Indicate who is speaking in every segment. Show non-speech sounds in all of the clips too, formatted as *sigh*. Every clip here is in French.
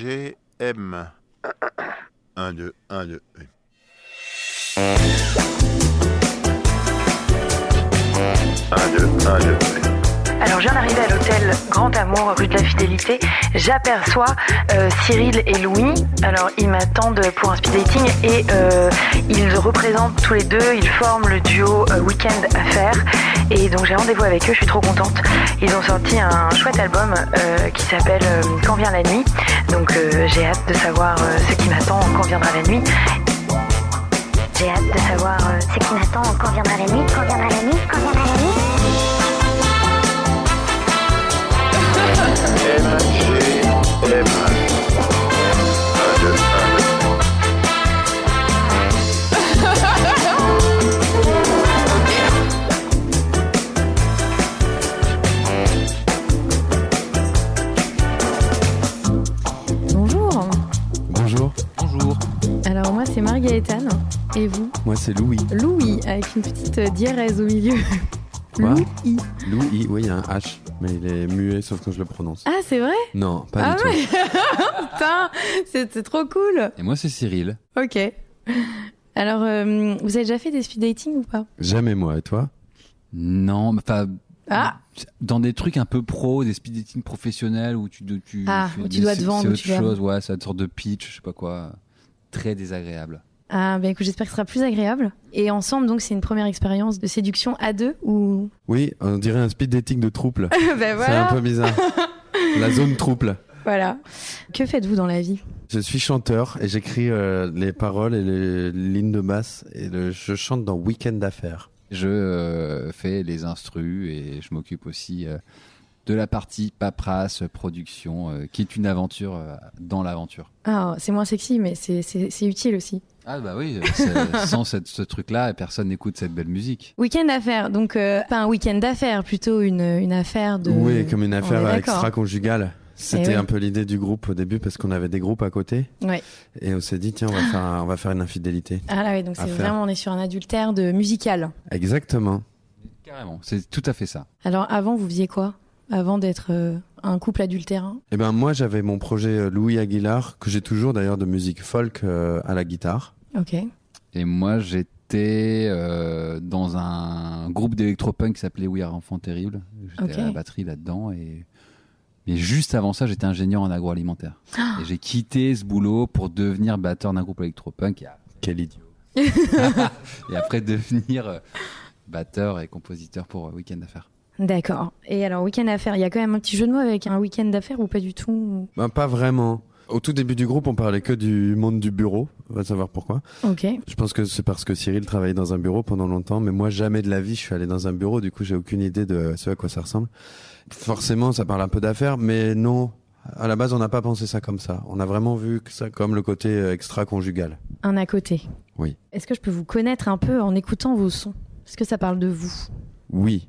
Speaker 1: MGM. 1, 2, 1, 2.
Speaker 2: Alors, je viens d'arriver à l'hôtel Grand Amour, rue de la Fidélité. J'aperçois euh, Cyril et Louis. Alors, ils m'attendent pour un speed dating et euh, ils représentent tous les deux, ils forment le duo euh, Weekend Affaires. Et donc, j'ai rendez-vous avec eux, je suis trop contente. Ils ont sorti un chouette album euh, qui s'appelle euh, Quand vient la nuit. Donc, euh, j'ai hâte de savoir euh, ce qui m'attend quand viendra la nuit. J'ai hâte de savoir euh, ce qui m'attend quand viendra la nuit, quand viendra la nuit, quand viendra la nuit.
Speaker 1: MGM. 1, 2, 1, 2.
Speaker 3: Bonjour,
Speaker 4: Bonjour,
Speaker 5: Bonjour.
Speaker 3: alors moi c'est Marie-Gaëtane et vous
Speaker 4: moi c'est Louis.
Speaker 3: Louis avec une petite euh, diérèse au milieu.
Speaker 4: Quoi
Speaker 3: Louis.
Speaker 4: Louis, oui, il y a un H, mais il est muet sauf quand je le prononce.
Speaker 3: Ah c'est vrai
Speaker 4: Non, pas
Speaker 3: Ah
Speaker 4: du
Speaker 3: ouais
Speaker 4: tout.
Speaker 3: *laughs* Putain, c'était trop cool.
Speaker 5: Et moi, c'est Cyril.
Speaker 3: Ok. Alors euh, vous avez déjà fait des speed dating ou pas
Speaker 4: Jamais moi, et toi
Speaker 5: Non, mais enfin.
Speaker 3: Ah
Speaker 5: Dans des trucs un peu pro, des speed dating professionnels où tu, de- tu,
Speaker 3: Ah, où tu
Speaker 5: mais
Speaker 3: dois te
Speaker 5: c'est-
Speaker 3: vendre,
Speaker 5: C'est
Speaker 3: où
Speaker 5: autre
Speaker 3: tu dois-
Speaker 5: chose, ouais, c'est une sorte de pitch, je sais pas quoi. Très désagréable.
Speaker 3: Ah bah écoute j'espère que ce sera plus agréable. Et ensemble donc c'est une première expérience de séduction à deux ou *laughs*
Speaker 4: Oui, on dirait un speed dating de trouble.
Speaker 3: Ben
Speaker 4: C'est un
Speaker 3: voilà. *laughs*
Speaker 4: peu bizarre. La zone trouble.
Speaker 3: Voilà. Que faites-vous dans la vie
Speaker 4: Je suis chanteur et j'écris euh, les paroles et les lignes de basse et le- je chante dans Weekend d'affaires.
Speaker 5: Je euh, fais les instrus et je m'occupe aussi euh, de la partie paperasse, production, euh, qui est une aventure euh, dans l'aventure.
Speaker 3: Ah c'est moins sexy mais c'est- c'est c'est utile aussi.
Speaker 5: Ah bah oui, *laughs* c'est- sans cette- ce truc-là, personne n'écoute cette belle musique.
Speaker 3: Week-end d'affaires donc euh, pas un week-end d'affaires plutôt une une affaire de.
Speaker 4: Oui, comme une
Speaker 3: On est
Speaker 4: affaire
Speaker 3: d'accord. Eh
Speaker 4: extra-conjugale. C'était
Speaker 3: oui.
Speaker 4: un peu l'idée du groupe au début parce qu'on avait des groupes à côté
Speaker 3: Ouais.
Speaker 4: et on s'est dit tiens on va faire un- on va faire une infidélité.
Speaker 3: Ah là oui, donc c'est
Speaker 4: Affaire.
Speaker 3: vraiment, on est sur un adultère de musical.
Speaker 4: Exactement.
Speaker 5: Carrément, c'est tout à fait ça.
Speaker 3: Alors avant, vous faisiez quoi Avant d'être euh, un couple adultérin
Speaker 4: Eh ben moi j'avais mon projet euh, Louis Aguilar que j'ai toujours d'ailleurs de musique folk euh, à la guitare.
Speaker 3: Ok.
Speaker 5: Et moi, j'étais euh, dans un groupe d'électropunk qui s'appelait We Are Enfants Terribles. J'étais
Speaker 3: Ok.
Speaker 5: à la batterie là-dedans. Et... Mais juste avant ça, j'étais ingénieur en agroalimentaire. et j'ai quitté ce boulot pour devenir batteur d'un groupe électropunk et, a-
Speaker 4: Quel idiot.
Speaker 5: et après *laughs* devenir euh, batteur et compositeur pour euh, Weekend Affaires.
Speaker 3: D'accord. Et alors, week-end d'affaires, il y a quand même un petit jeu de mots avec un week-end d'affaires ou pas du tout
Speaker 4: Ben pas vraiment. Au tout début du groupe on parlait que du monde du bureau, on va savoir pourquoi.
Speaker 3: Ok.
Speaker 4: Je pense que c'est parce que Cyril travaillait dans un bureau pendant longtemps, mais moi jamais de la vie je suis allé dans un bureau, du coup j'ai aucune idée de ce à quoi ça ressemble. Forcément ça parle un peu d'affaires, mais non. À la base, on n'a pas pensé ça comme ça. On a vraiment vu que ça comme le côté euh, extra-conjugal.
Speaker 3: Un à côté.
Speaker 4: Oui.
Speaker 3: Est-ce que je peux vous connaître un peu en écoutant vos sons Est-ce que ça parle de vous
Speaker 4: Oui.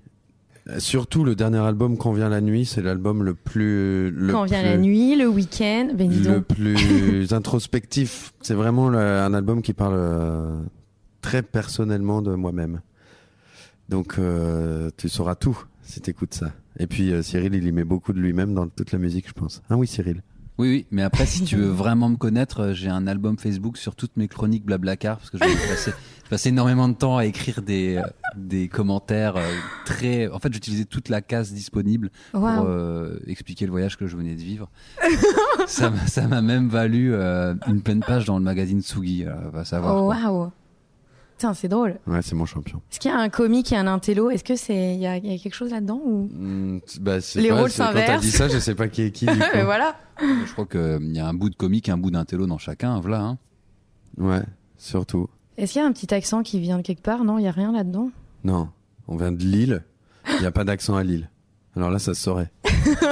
Speaker 4: Euh, Surtout le dernier album, Quand vient la nuit, c'est l'album le plus. Le
Speaker 3: Quand vient la
Speaker 4: plus-
Speaker 3: nuit, le week-end, ben dis
Speaker 4: le
Speaker 3: donc. *laughs*
Speaker 4: plus introspectif. C'est vraiment le- un album qui parle euh, très personnellement de moi-même. Donc euh, tu sauras tout si t'écoutes ça. Et puis euh, Cyril, il y met beaucoup de lui-même dans toute la musique, je pense. Ah oui, Cyril.
Speaker 5: Oui, oui, mais après, si
Speaker 3: *laughs*
Speaker 5: tu veux vraiment me connaître, euh, j'ai un album Facebook sur toutes mes chroniques Blablacar, parce que je passais, je passais énormément de temps à écrire des, euh, des commentaires euh, très... En fait, j'utilisais toute la case disponible
Speaker 3: Waouh.
Speaker 5: pour euh, expliquer le voyage que je venais de vivre. ça m'a- ça m'a même valu euh, une pleine page dans le magazine Tsugi, euh, va savoir.
Speaker 3: Oh,
Speaker 5: quoi.
Speaker 3: waouh. Putain, c'est drôle.
Speaker 4: Ouais, c'est mon champion.
Speaker 3: Est-ce qu'il y a un comique et un intello Est-ce que c'est il y, a il y a quelque chose là-dedans ou
Speaker 4: Hmm, bah,
Speaker 3: Les pas, rôles c'est- quand t'as
Speaker 4: Quand t'as
Speaker 3: s'inversent.
Speaker 4: dit
Speaker 3: dit
Speaker 4: ça, je sais pas qui
Speaker 3: *laughs*
Speaker 4: est qui. Du
Speaker 3: Mais voilà.
Speaker 5: Je crois qu'il y a un bout de comique, un bout d'intello dans chacun, voilà. hein.
Speaker 4: Ouais, surtout.
Speaker 3: Est-ce qu'il y a un petit accent qui vient de quelque part Non, il y a rien là-dedans.
Speaker 4: Non, on vient de Lille. Il n'y a pas d'accent à Lille. Alors là, ça se saurait.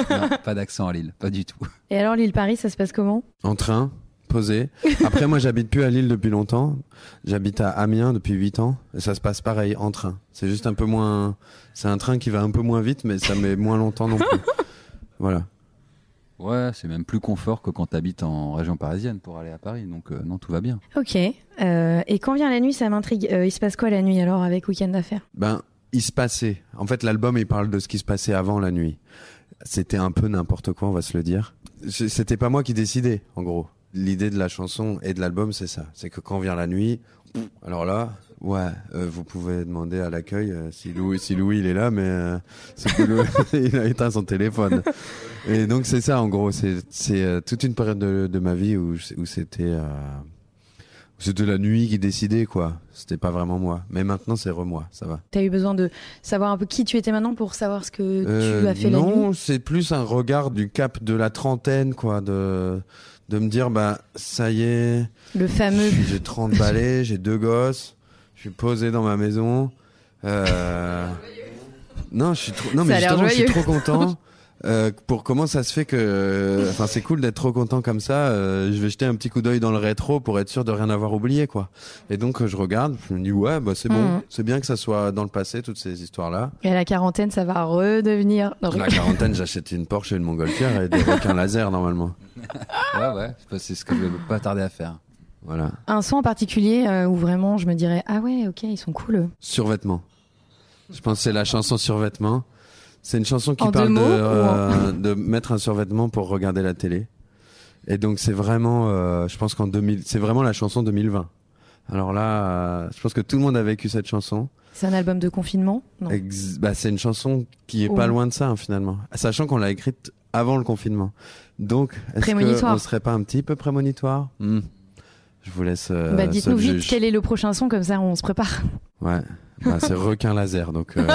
Speaker 5: Non, pas d'accent à Lille, pas
Speaker 3: *laughs*
Speaker 5: du tout.
Speaker 3: Et alors l'île Paris, ça se passe comment
Speaker 4: En train, posé. Après, moi, j'habite plus à Lille depuis longtemps. J'habite à Amiens depuis 8 ans. Et ça se passe pareil, en train. C'est juste un peu moins. C'est un train qui va un peu moins vite, mais ça met moins longtemps non plus. Voilà.
Speaker 5: Ouais, c'est même plus confort que quand t'habites en région parisienne pour aller à Paris, donc euh, non, tout va bien.
Speaker 3: Ok. Euh, et quand vient la nuit, ça m'intrigue. Euh, il se passe quoi la nuit alors avec Week-end d'affaires
Speaker 4: Ben, il se passait. En fait, l'album, il parle de ce qui se passait avant la nuit. C'était un peu n'importe quoi, on va se le dire. C- C'était pas moi qui décidais, en gros. L'idée de la chanson et de l'album, c'est ça. C'est que quand vient la nuit, alors là, ouais, euh, vous pouvez demander à l'accueil euh, si Louis, si Louis il est là, mais euh, c'est que le- *laughs* il a éteint son téléphone. Et donc c'est ça, en gros, c'est c'est euh, toute une période de, de ma vie où, je- où c'était euh, où c'était la nuit qui décidait, quoi. C'était pas vraiment moi. Mais maintenant, c'est re-moi, ça va.
Speaker 3: T'as eu besoin de savoir un peu qui tu étais maintenant pour savoir ce que tu
Speaker 4: Euh,
Speaker 3: as fait la nuit
Speaker 4: non, c'est plus un regard du cap de la trentaine, quoi, de de me dire bah ça y est,
Speaker 3: Le
Speaker 4: *laughs*
Speaker 3: fameux.
Speaker 4: je suis- j'ai 30 balais, j'ai deux gosses, je suis posé dans ma maison. Euh... non, je suis trop... non
Speaker 3: Ça
Speaker 4: mais
Speaker 3: a l'air
Speaker 4: justement, je suis
Speaker 3: joyeux.
Speaker 4: trop content. euh, pour comment ça se fait que, enfin, c'est cool d'être trop content comme ça. euh, je vais jeter un petit coup d'œil dans le rétro pour être sûr de rien avoir oublié, quoi. Et donc euh, je regarde, je me dis ouais, bah c'est bon,
Speaker 3: Mhm.
Speaker 4: c'est bien que ça soit dans le passé toutes ces histoires là.
Speaker 3: Et à la quarantaine, ça va redevenir. Non,
Speaker 4: La quarantaine, j'achète une Porsche, une montgolfière et des requins laser normalement.
Speaker 5: Ouais, ouais, c'est pas- c'est ce que je vais pas tarder à faire.
Speaker 4: Voilà.
Speaker 3: Un son en particulier euh, où vraiment je me dirais Ah ouais, ok, ils sont cool. eux.
Speaker 4: Survêtement. Je pense que c'est la chanson Survêtement. C'est une chanson qui
Speaker 3: En deux
Speaker 4: parle de,
Speaker 3: mots, ou en- *laughs*
Speaker 4: euh, de mettre un survêtement pour regarder la télé. Et donc c'est vraiment, euh, je pense qu'en 2000, c'est vraiment la chanson 2020. Alors là, euh, je pense que tout le monde a vécu cette chanson.
Speaker 3: C'est un album de confinement Non.
Speaker 4: Ex- bah, c'est une chanson qui est
Speaker 3: Oh.
Speaker 4: pas loin de ça hein, finalement, sachant qu'on l'a écrite avant le confinement. Donc, est-ce
Speaker 3: Prémonitoire.
Speaker 4: qu'on serait pas un petit peu prémonitoire Hmm. Je vous laisse. euh,
Speaker 3: bah, dites-nous
Speaker 4: seul
Speaker 3: vite
Speaker 4: juge.
Speaker 3: quel est le prochain son, comme ça on se prépare.
Speaker 4: Ouais,
Speaker 3: *laughs*
Speaker 4: Bah, c'est requin laser, donc euh,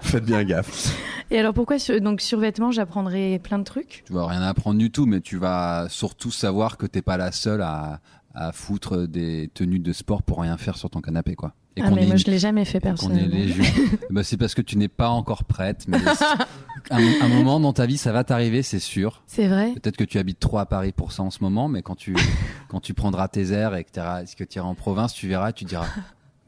Speaker 4: faites bien gaffe.
Speaker 3: Et alors pourquoi sur, donc sur vêtements j'apprendrai plein de trucs
Speaker 5: Tu vas rien apprendre du tout, mais tu vas surtout savoir que t'es pas la seule à, à foutre des tenues de sport pour rien faire sur ton canapé, quoi. Et
Speaker 3: Ah
Speaker 5: qu'on
Speaker 3: mais
Speaker 5: est
Speaker 3: moi
Speaker 5: une-
Speaker 3: je l'ai jamais fait
Speaker 5: et qu'on est
Speaker 3: personnellement.
Speaker 5: légion. bah, c'est parce que tu n'es pas encore prête,
Speaker 3: *laughs*
Speaker 5: mais un, un moment dans ta vie, ça va t'arriver, c'est sûr.
Speaker 3: C'est vrai
Speaker 5: Peut-être que tu habites trop à Paris pour ça en ce moment, mais
Speaker 3: *laughs*
Speaker 5: quand tu, quand tu prendras tes airs et que tu que iras en province, tu verras, tu diras.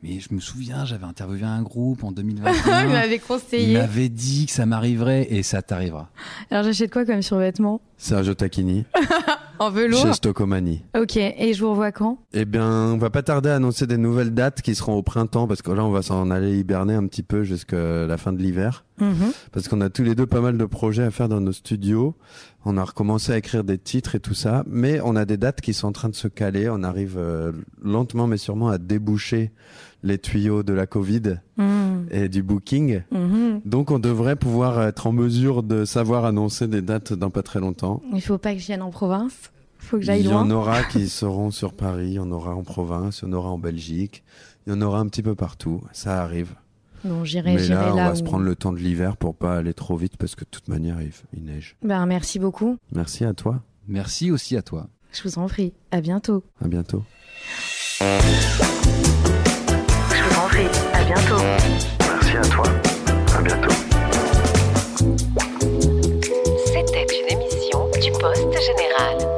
Speaker 5: Mais je me souviens, j'avais interviewé un groupe en 2021.
Speaker 3: Il m'avait
Speaker 5: il
Speaker 3: Ah, conseillé.
Speaker 5: m'avait dit que ça m'arriverait et ça t'arrivera.
Speaker 3: Alors j'achète quoi comme survêtement
Speaker 4: Sergio Tacchini,
Speaker 3: En velours
Speaker 4: chez Stocomanie.
Speaker 3: Ok, et je vous revois quand
Speaker 4: Eh bien, on va pas tarder à annoncer des nouvelles dates qui seront au printemps, parce que là, on va s'en aller hiberner un petit peu jusqu'à la fin de l'hiver.
Speaker 3: Mhm.
Speaker 4: parce qu'on a tous les deux pas mal de projets à faire dans nos studios. On a recommencé à écrire des titres et tout ça, mais on a des dates qui sont en train de se caler. On arrive euh, lentement mais sûrement à déboucher les tuyaux de la Covid
Speaker 3: Mhm.
Speaker 4: et du booking.
Speaker 3: Mhm.
Speaker 4: Donc on devrait pouvoir être en mesure de savoir annoncer des dates dans pas très longtemps.
Speaker 3: Il faut pas que j'y aille en province. Faut que j'aille
Speaker 4: Il y en
Speaker 3: loin.
Speaker 4: aura qui seront sur Paris, il y en aura en province, il y en aura en Belgique, il y en aura un petit peu partout. Ça arrive.
Speaker 3: Bon, j'irai,
Speaker 4: Mais
Speaker 3: j'irai
Speaker 4: là,
Speaker 3: là.
Speaker 4: on va se
Speaker 3: où-
Speaker 4: prendre le temps de l'hiver pour pas aller trop vite parce que de toute manière, il, il neige.
Speaker 3: Ben, merci beaucoup.
Speaker 4: Merci à toi.
Speaker 5: Merci aussi à toi.
Speaker 3: Je vous en prie. À bientôt.
Speaker 4: À bientôt.
Speaker 2: Je vous en prie. À bientôt.
Speaker 1: Merci à toi. À bientôt.
Speaker 6: C'était une émission du Poste Général.